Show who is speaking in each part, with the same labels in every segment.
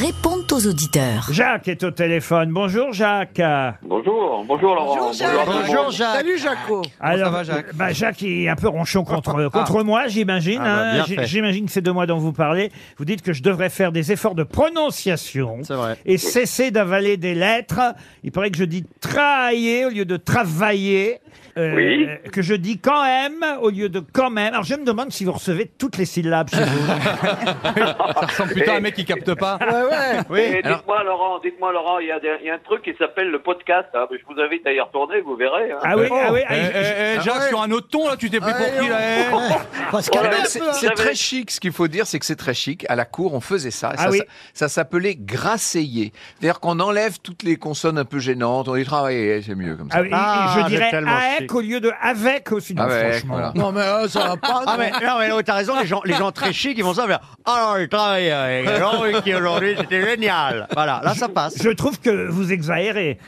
Speaker 1: répondent aux auditeurs.
Speaker 2: Jacques est au téléphone. Bonjour Jacques.
Speaker 3: Bonjour, bonjour Laurent. Bonjour à tout le monde.
Speaker 4: Jacques. Salut Jaco.
Speaker 2: Alors,
Speaker 5: va, Jacques
Speaker 2: bah, Jacques est un peu ronchon contre, contre moi, j'imagine.
Speaker 5: Ah, bah,
Speaker 2: hein.
Speaker 5: bien
Speaker 2: J-
Speaker 5: fait.
Speaker 2: J'imagine que c'est de moi dont vous parlez. Vous dites que je devrais faire des efforts de prononciation
Speaker 5: C'est vrai.
Speaker 2: et cesser d'avaler des lettres. Il paraît que je dis travailler au lieu de travailler. euh,
Speaker 3: Oui.
Speaker 2: Que je dis quand même au lieu de quand même. Alors je me demande si vous recevez toutes les syllabes chez vous.
Speaker 5: Ça ressemble plutôt à un mec qui capte pas.
Speaker 3: Et Dites-moi Laurent, dites-moi Laurent, il y, a des- il y a un truc qui s'appelle le podcast. hein. Je vous invite à y retourner, vous verrez. hein.
Speaker 2: ah oui, ah oui, ah,
Speaker 5: Eh,
Speaker 2: je- je-
Speaker 5: eh, eh, Jacques, sur un autre ton, là, tu t'es pris pour qui, là eh
Speaker 4: Parce
Speaker 3: Voilà,
Speaker 4: qu'elle
Speaker 3: donc,
Speaker 4: est-
Speaker 6: C'est
Speaker 3: Vous
Speaker 6: c'est
Speaker 3: avez-
Speaker 6: très chic, ce qu'il faut dire, c'est que c'est très chic. À la cour, on faisait ça.
Speaker 2: Ah
Speaker 6: ça
Speaker 2: oui.
Speaker 6: ça- ça s'appelait grasseiller. C'est-à-dire qu'on enlève toutes les consonnes un peu gênantes, on les travaille, c'est mieux comme ça.
Speaker 2: ah oui,
Speaker 5: Ah,
Speaker 2: je
Speaker 5: mais
Speaker 2: dirais
Speaker 5: tellement
Speaker 2: avec
Speaker 5: chic.
Speaker 2: au lieu de avec aussi. Non,
Speaker 6: Avec,
Speaker 2: franchement.
Speaker 6: voilà.
Speaker 4: Non mais euh, ça va pas.
Speaker 5: Ah mais non mais t'as raison les gens les gens très chics ils vont ça mais alors il travaille avec Jean qui aujourd'hui c'était génial voilà là ça passe
Speaker 2: Je trouve que vous exagérez.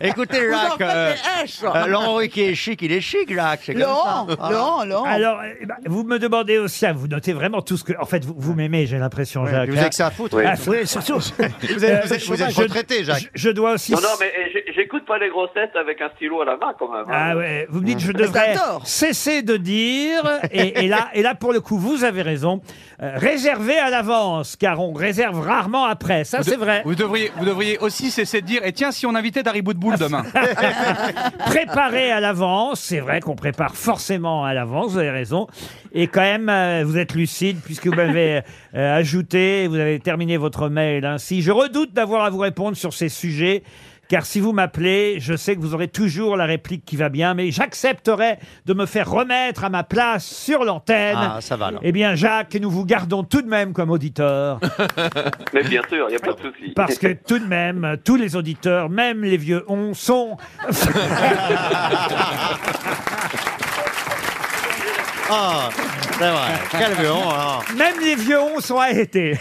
Speaker 5: écoutez
Speaker 4: Vous en
Speaker 5: Jacques
Speaker 4: faites
Speaker 5: euh,
Speaker 4: des haches.
Speaker 5: euh, Laurent qui est chic il est chic Jacques c'est comme ça
Speaker 4: Laurent, Laurent,
Speaker 5: Oh.
Speaker 4: Laurent.
Speaker 2: Alors, euh, eh ben, vous me demandez aussi, ah, vous notez vraiment tout ce que. En fait, vous, vous m'aimez, j'ai l'impression, Jacques.
Speaker 5: vous avez que ça à foutre
Speaker 3: Oui.
Speaker 2: Ah,
Speaker 4: Oui, surtout.
Speaker 5: vous êtes, vous
Speaker 2: Euh,
Speaker 5: êtes, vous
Speaker 2: je-
Speaker 5: êtes
Speaker 2: je-
Speaker 5: retraité Jacques
Speaker 2: Je, je dois aussi.
Speaker 3: Non, non, mais eh, j'ai- j'écoute pas les grosses têtes avec un stylo à la main quand même. hein.
Speaker 2: Ah ouais, vous me dites, je devrais
Speaker 4: j'adore.
Speaker 2: cesser de dire. Et, et là, et là, pour le coup, vous avez raison. Euh, réserver à l'avance, car on réserve rarement après. Ça, c'est vrai.
Speaker 5: vous devriez vous devriez aussi cesser de dire et tiens si on invitait Dari Boudboul demain
Speaker 2: Préparer à l'avance, c'est vrai qu'on prépare forcément à l'avance, vous avez raison. Et quand même, euh, vous êtes lucide puisque vous m'avez euh, ajouté, vous avez terminé votre mail ainsi. Je redoute d'avoir à vous répondre sur ces sujets. Car si vous m'appelez, je sais que vous aurez toujours la réplique qui va bien, mais j'accepterai de me faire remettre à ma place sur l'antenne.
Speaker 5: ah ça va alors
Speaker 2: eh bien, Jacques, nous vous gardons tout de même comme auditeur.
Speaker 3: Mais bien sûr, il n'y a pas de souci.
Speaker 2: Parce que tout de même, tous les auditeurs, même les vieux on, sont...
Speaker 5: ah c'est vrai oh, calmons alors
Speaker 2: Même les vieux on sont arrêtés.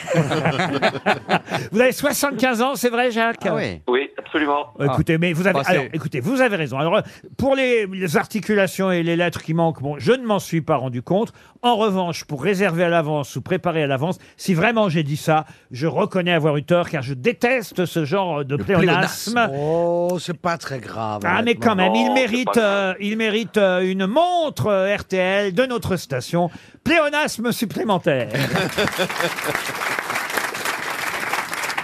Speaker 2: vous avez 75 ans, c'est vrai, Jacques
Speaker 5: ah oui
Speaker 3: Oui, absolument.
Speaker 2: Euh, Écoutez, mais vous avez,
Speaker 5: Bah, c'est-
Speaker 2: alors, écoutez, vous avez raison. Alors, euh, pour les, les articulations et les lettres qui manquent, bon, je ne m'en suis pas rendu compte. En revanche, pour réserver à l'avance ou préparer à l'avance, si vraiment j'ai dit ça, je reconnais avoir eu tort, car je déteste ce genre de
Speaker 6: pléonasme.
Speaker 2: pléonasme.
Speaker 4: Oh, c'est pas très grave.
Speaker 2: Ah mais quand même,
Speaker 3: Non,
Speaker 2: il
Speaker 3: c'est
Speaker 2: mérite,
Speaker 3: pas grave.
Speaker 2: euh, il mérite euh, une montre euh, RTL de notre station. Pléonasme supplémentaire.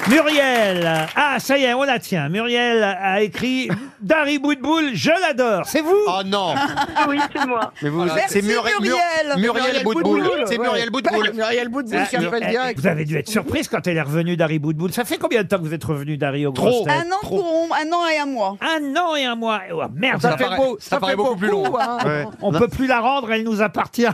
Speaker 2: Muriel, ah ça y est, on la tient. Muriel a écrit Dari Boudboul, je l'adore. C'est vous
Speaker 5: oh non
Speaker 7: Ah Oui, c'est moi.
Speaker 5: mais vous
Speaker 4: Merci,
Speaker 5: c'est Mur- Mur-
Speaker 4: Muriel.
Speaker 5: Muriel Boudboul c'est
Speaker 4: ouais.
Speaker 5: Muriel Boudboul
Speaker 4: Muriel Boudboul qui
Speaker 2: Ah,
Speaker 4: appelle
Speaker 2: eh,
Speaker 4: direct.
Speaker 2: Vous avez dû être surprise quand elle est revenue Dari Boudboul. Ça fait combien de temps que vous êtes revenu Dari au
Speaker 5: Trop.
Speaker 2: Gros
Speaker 7: Un an, pour, un an et un mois.
Speaker 2: Un an et un mois. Oh, merde,
Speaker 5: Ça
Speaker 2: on
Speaker 5: paraît- ça paraît beaucoup plus long.
Speaker 4: hein.
Speaker 2: on peut plus la rendre, elle nous appartient.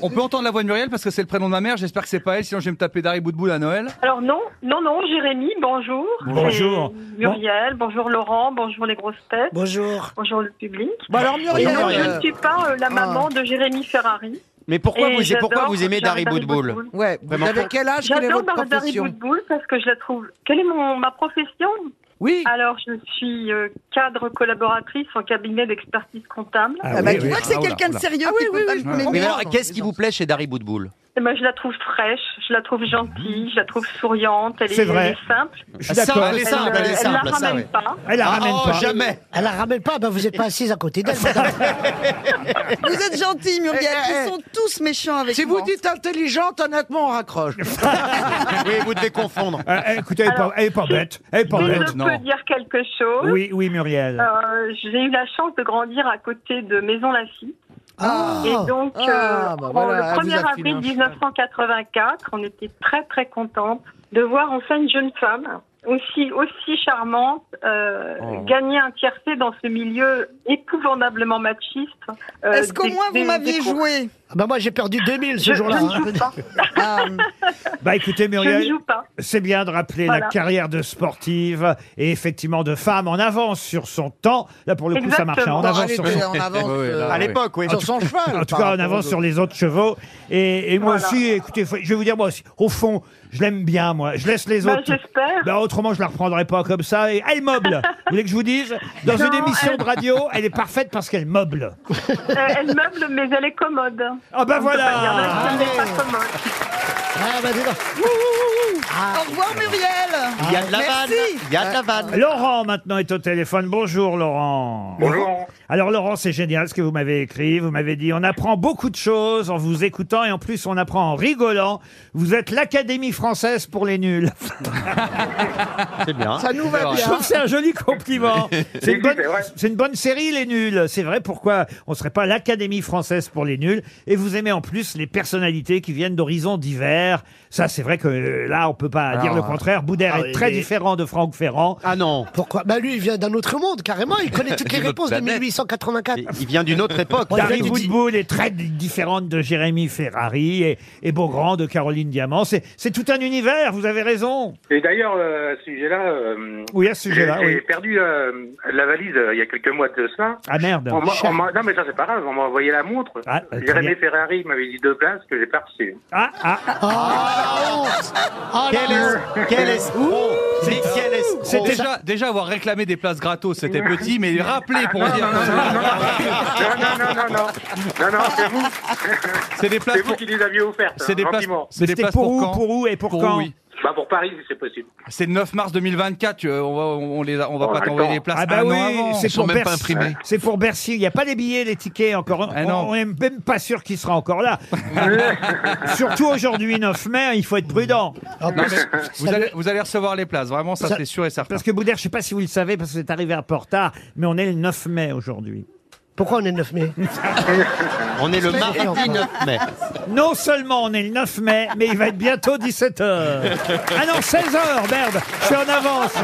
Speaker 5: On peut entendre la voix de Muriel parce que c'est le prénom de ma mère. J'espère que c'est pas elle, sinon je vais me taper Dari Boudboul à Noël.
Speaker 7: Alors non, non, non, Jérémy, bonjour.
Speaker 2: Bonjour.
Speaker 7: C'est Muriel, bonjour Laurent, bonjour les grosses têtes,
Speaker 4: Bonjour.
Speaker 7: bonjour le public.
Speaker 4: Bon
Speaker 2: Oh,
Speaker 4: alors
Speaker 7: Et
Speaker 4: Muriel.
Speaker 7: non, je
Speaker 4: euh,
Speaker 7: ne suis pas euh, la maman de Jérémy Ferrari.
Speaker 5: Mais Ah. pourquoi,
Speaker 7: Et
Speaker 5: vous,
Speaker 7: j'adore
Speaker 5: pourquoi vous aimez Dari
Speaker 7: Dari
Speaker 5: Boudboul
Speaker 7: Boudboul.
Speaker 4: Ouais, vous
Speaker 5: Vraiment.
Speaker 4: avez quel âge Quelle est
Speaker 7: J'adore
Speaker 4: votre
Speaker 7: Dar- Dari
Speaker 4: profession
Speaker 7: Boudboul parce que je la trouve. Quelle est mon, ma profession
Speaker 4: Oui.
Speaker 7: Alors, je suis euh, cadre collaboratrice en cabinet d'expertise comptable.
Speaker 4: Ah
Speaker 2: Ah oui,
Speaker 4: bah,
Speaker 2: oui.
Speaker 4: tu vois que c'est
Speaker 5: Ah, oula,
Speaker 4: quelqu'un de
Speaker 5: oula.
Speaker 4: sérieux qui peut pas le
Speaker 5: Mais,
Speaker 4: connaître.
Speaker 5: alors, qu'est-ce qui vous plaît chez Dari Boudboul
Speaker 7: Et moi, je la trouve fraîche, je la trouve gentille, je la trouve souriante, elle est,
Speaker 2: Mmh. C'est vrai.
Speaker 7: elle est simple.
Speaker 2: Je suis
Speaker 5: Ça,
Speaker 2: d'accord.
Speaker 5: elle est
Speaker 7: Elle,
Speaker 5: simple,
Speaker 7: euh,
Speaker 5: elle est
Speaker 7: elle la
Speaker 5: simple, ça,
Speaker 7: ramène
Speaker 5: ouais.
Speaker 7: pas.
Speaker 2: Elle la ramène
Speaker 5: oh,
Speaker 2: pas.
Speaker 5: jamais
Speaker 8: Elle la ramène pas, ben vous n'êtes pas assise à côté d'elle. madame.
Speaker 4: Vous êtes gentil
Speaker 9: Eh,
Speaker 4: Muriel, ils sont tous méchants avec moi. Si vous dites intelligente, honnêtement, on raccroche.
Speaker 5: Oui, vous devez confondre.
Speaker 2: Euh, euh, écoutez, elle est pas-
Speaker 7: Alors,
Speaker 2: elle est pas bête. Elle est pas
Speaker 7: Mais
Speaker 2: bête.
Speaker 7: je
Speaker 5: non.
Speaker 7: peux dire quelque chose.
Speaker 2: Oui, oui, Muriel.
Speaker 7: Euh, j'ai eu la chance de grandir à côté de Maison Lafitte.
Speaker 4: Ah.
Speaker 7: et donc,
Speaker 4: Ah,
Speaker 7: euh,
Speaker 4: bah
Speaker 7: en-
Speaker 4: voilà, elle
Speaker 7: le
Speaker 4: vous
Speaker 7: 1er
Speaker 4: a filé
Speaker 7: avril
Speaker 4: un
Speaker 7: 1984, on était très très contente de voir enfin une jeune femme aussi aussi charmante euh,
Speaker 4: Oh.
Speaker 7: gagner un tiercé dans ce milieu épouvantablement machiste. euh,
Speaker 4: Est-ce qu'au
Speaker 7: des-
Speaker 4: moins
Speaker 7: des-
Speaker 4: vous m'aviez
Speaker 7: des cours.
Speaker 4: joué
Speaker 8: Ah
Speaker 9: Bah,
Speaker 8: ben moi j'ai perdu 2000
Speaker 7: Je,
Speaker 8: ce
Speaker 7: je
Speaker 8: jour-là.
Speaker 7: ne
Speaker 8: hein.
Speaker 7: joue pas.
Speaker 4: Ah,
Speaker 2: Bah écoutez,
Speaker 7: Je ne
Speaker 2: Muriel,
Speaker 7: joue pas.
Speaker 2: c'est bien de rappeler la
Speaker 7: Voilà.
Speaker 2: carrière de sportive et effectivement de femme en avance sur son temps. Là, pour le coup,
Speaker 7: Exactement.
Speaker 2: ça marche. hein, En
Speaker 7: Bon,
Speaker 2: avance
Speaker 4: allez,
Speaker 2: sur
Speaker 4: déjà,
Speaker 2: son
Speaker 4: on avance.
Speaker 5: Ouais, ouais, là,
Speaker 4: euh,
Speaker 5: ouais.
Speaker 4: allez,
Speaker 5: l'époque,
Speaker 8: Ah,
Speaker 5: oui.
Speaker 4: Sur son cheval.
Speaker 2: En
Speaker 4: par
Speaker 2: tout cas, en
Speaker 4: rapport
Speaker 2: avance
Speaker 4: aux
Speaker 2: sur
Speaker 4: autres.
Speaker 2: les autres chevaux. Et, et moi
Speaker 7: Voilà.
Speaker 2: aussi, écoutez, faut- je vais vous dire, moi aussi, au fond, je l'aime bien, moi. Je laisse les
Speaker 7: Bah,
Speaker 2: autres.
Speaker 7: j'espère.
Speaker 2: Bah, autrement, je la reprendrai pas comme ça. Et elle meuble. vous voulez que je vous dise Dans
Speaker 7: Non,
Speaker 2: une émission
Speaker 7: elle-
Speaker 2: de radio, elle est parfaite parce qu'elle meuble.
Speaker 7: Euh, elle meuble, mais elle est commode. hein.
Speaker 2: Ah bah
Speaker 7: On peut
Speaker 2: voilà.
Speaker 7: pas dire mal, ça n'est
Speaker 4: Eh.
Speaker 7: pas trop moche.
Speaker 8: Ah, bah, dis donc.
Speaker 4: Au revoir Muriel.
Speaker 5: Il y a de la vanne.
Speaker 4: Merci.
Speaker 5: Il y a de la vanne.
Speaker 2: Laurent maintenant est au téléphone. Bonjour Laurent.
Speaker 3: Bonjour.
Speaker 2: Alors Laurent, c'est génial ce que vous m'avez écrit. Vous m'avez dit on apprend beaucoup de choses en vous écoutant et en plus on apprend en rigolant. Vous êtes l'Académie française pour les nuls.
Speaker 8: Ah.
Speaker 5: C'est bien.
Speaker 4: Ça nous
Speaker 9: Ah.
Speaker 4: va
Speaker 2: Je
Speaker 4: bien.
Speaker 2: trouve que c'est un joli compliment. C'est une,
Speaker 3: Oui,
Speaker 2: bonne-
Speaker 3: c'est vrai.
Speaker 2: c'est une bonne série les nuls. C'est vrai pourquoi on serait pas l'Académie française pour les nuls. Et vous aimez en plus les personnalités qui viennent d'horizons divers. Ça c'est vrai que euh, là on peut pas dire le contraire. Boudère
Speaker 8: ah
Speaker 2: est
Speaker 8: oui,
Speaker 2: très
Speaker 8: mais-
Speaker 2: différent de Franck Ferrand.
Speaker 5: Ah non.
Speaker 8: Pourquoi Bah, lui, il vient d'un autre monde, carrément. Il connaît toutes les
Speaker 6: D'une autre
Speaker 8: réponses de
Speaker 6: planète.
Speaker 8: 1884.
Speaker 5: Il il vient d'une autre époque.
Speaker 8: Ouais,
Speaker 2: Dari
Speaker 8: Oh, il vient du-
Speaker 2: Boudboul est très d- différente de Jérémy Ferrari et, et Beaugrand de Caroline Diamant. C'est c'est tout un univers, vous avez raison.
Speaker 3: Et d'ailleurs, euh, à ce sujet-là, euh,
Speaker 2: Oui, à ce
Speaker 9: Ah
Speaker 2: sujet-là,
Speaker 3: j'ai j'ai
Speaker 2: oui.
Speaker 3: perdu euh, la valise euh, il y a quelques mois de cela.
Speaker 2: Ah merde.
Speaker 3: On m'a- on m'a- non, mais ça, c'est pas grave, on m'a envoyé la montre.
Speaker 2: Ah, euh, très
Speaker 3: Jérémy
Speaker 2: bien.
Speaker 3: Ferrari m'avait dit deux places que j'ai pas reçues.
Speaker 2: Ah, ah,
Speaker 8: Ah, là,
Speaker 5: Quel est- quel escroc Mais quel
Speaker 9: C'est
Speaker 5: escroc
Speaker 9: déjà, déjà avoir réclamé des places gratos, c'était petit, mais rappeler pour dire
Speaker 3: Non, non, non, non, non. Non, non, c'est vous,
Speaker 9: c'est des
Speaker 3: c'est
Speaker 9: places
Speaker 3: vous
Speaker 9: pour
Speaker 3: qui les aviez offertes. hein,
Speaker 9: c'est des places
Speaker 3: gentiment.
Speaker 9: c'est des
Speaker 2: c'était
Speaker 9: places
Speaker 2: pour où,
Speaker 9: quand
Speaker 2: pour où et pour,
Speaker 9: Pour
Speaker 2: quand
Speaker 9: où, oui.
Speaker 3: Bah, pour Paris, si c'est possible.
Speaker 9: C'est le 9 mars 2024, tu- euh, on va on les a- on va
Speaker 3: Oh,
Speaker 9: pas t'envoyer
Speaker 3: attends.
Speaker 9: les places
Speaker 2: Ah bah
Speaker 9: un an
Speaker 2: oui,
Speaker 9: avant.
Speaker 2: c'est
Speaker 6: Ils sont
Speaker 2: pour,
Speaker 6: même pas
Speaker 2: Bercy.
Speaker 6: imprimés.
Speaker 2: c'est pour Bercy. Il n'y a pas les billets, les tickets encore.
Speaker 9: Ah non.
Speaker 2: on n'est même pas sûr qu'il sera encore là. Surtout aujourd'hui, 9 mai, il faut être prudent.
Speaker 9: Non, mais vous allez vous allez recevoir les places, vraiment ça, c'est sûr et certain.
Speaker 2: Parce que Boudère, je ne sais pas si vous le savez, parce que vous êtes arrivé un peu en retard, mais on est le 9 mai aujourd'hui.
Speaker 8: Pourquoi on est le 9 mai
Speaker 5: On est le
Speaker 8: C'est
Speaker 5: mardi
Speaker 8: encore.
Speaker 5: 9 mai.
Speaker 2: Non seulement on est le 9 mai, mais il va être bientôt 17h. Ah non, 16h, merde, je suis en avance.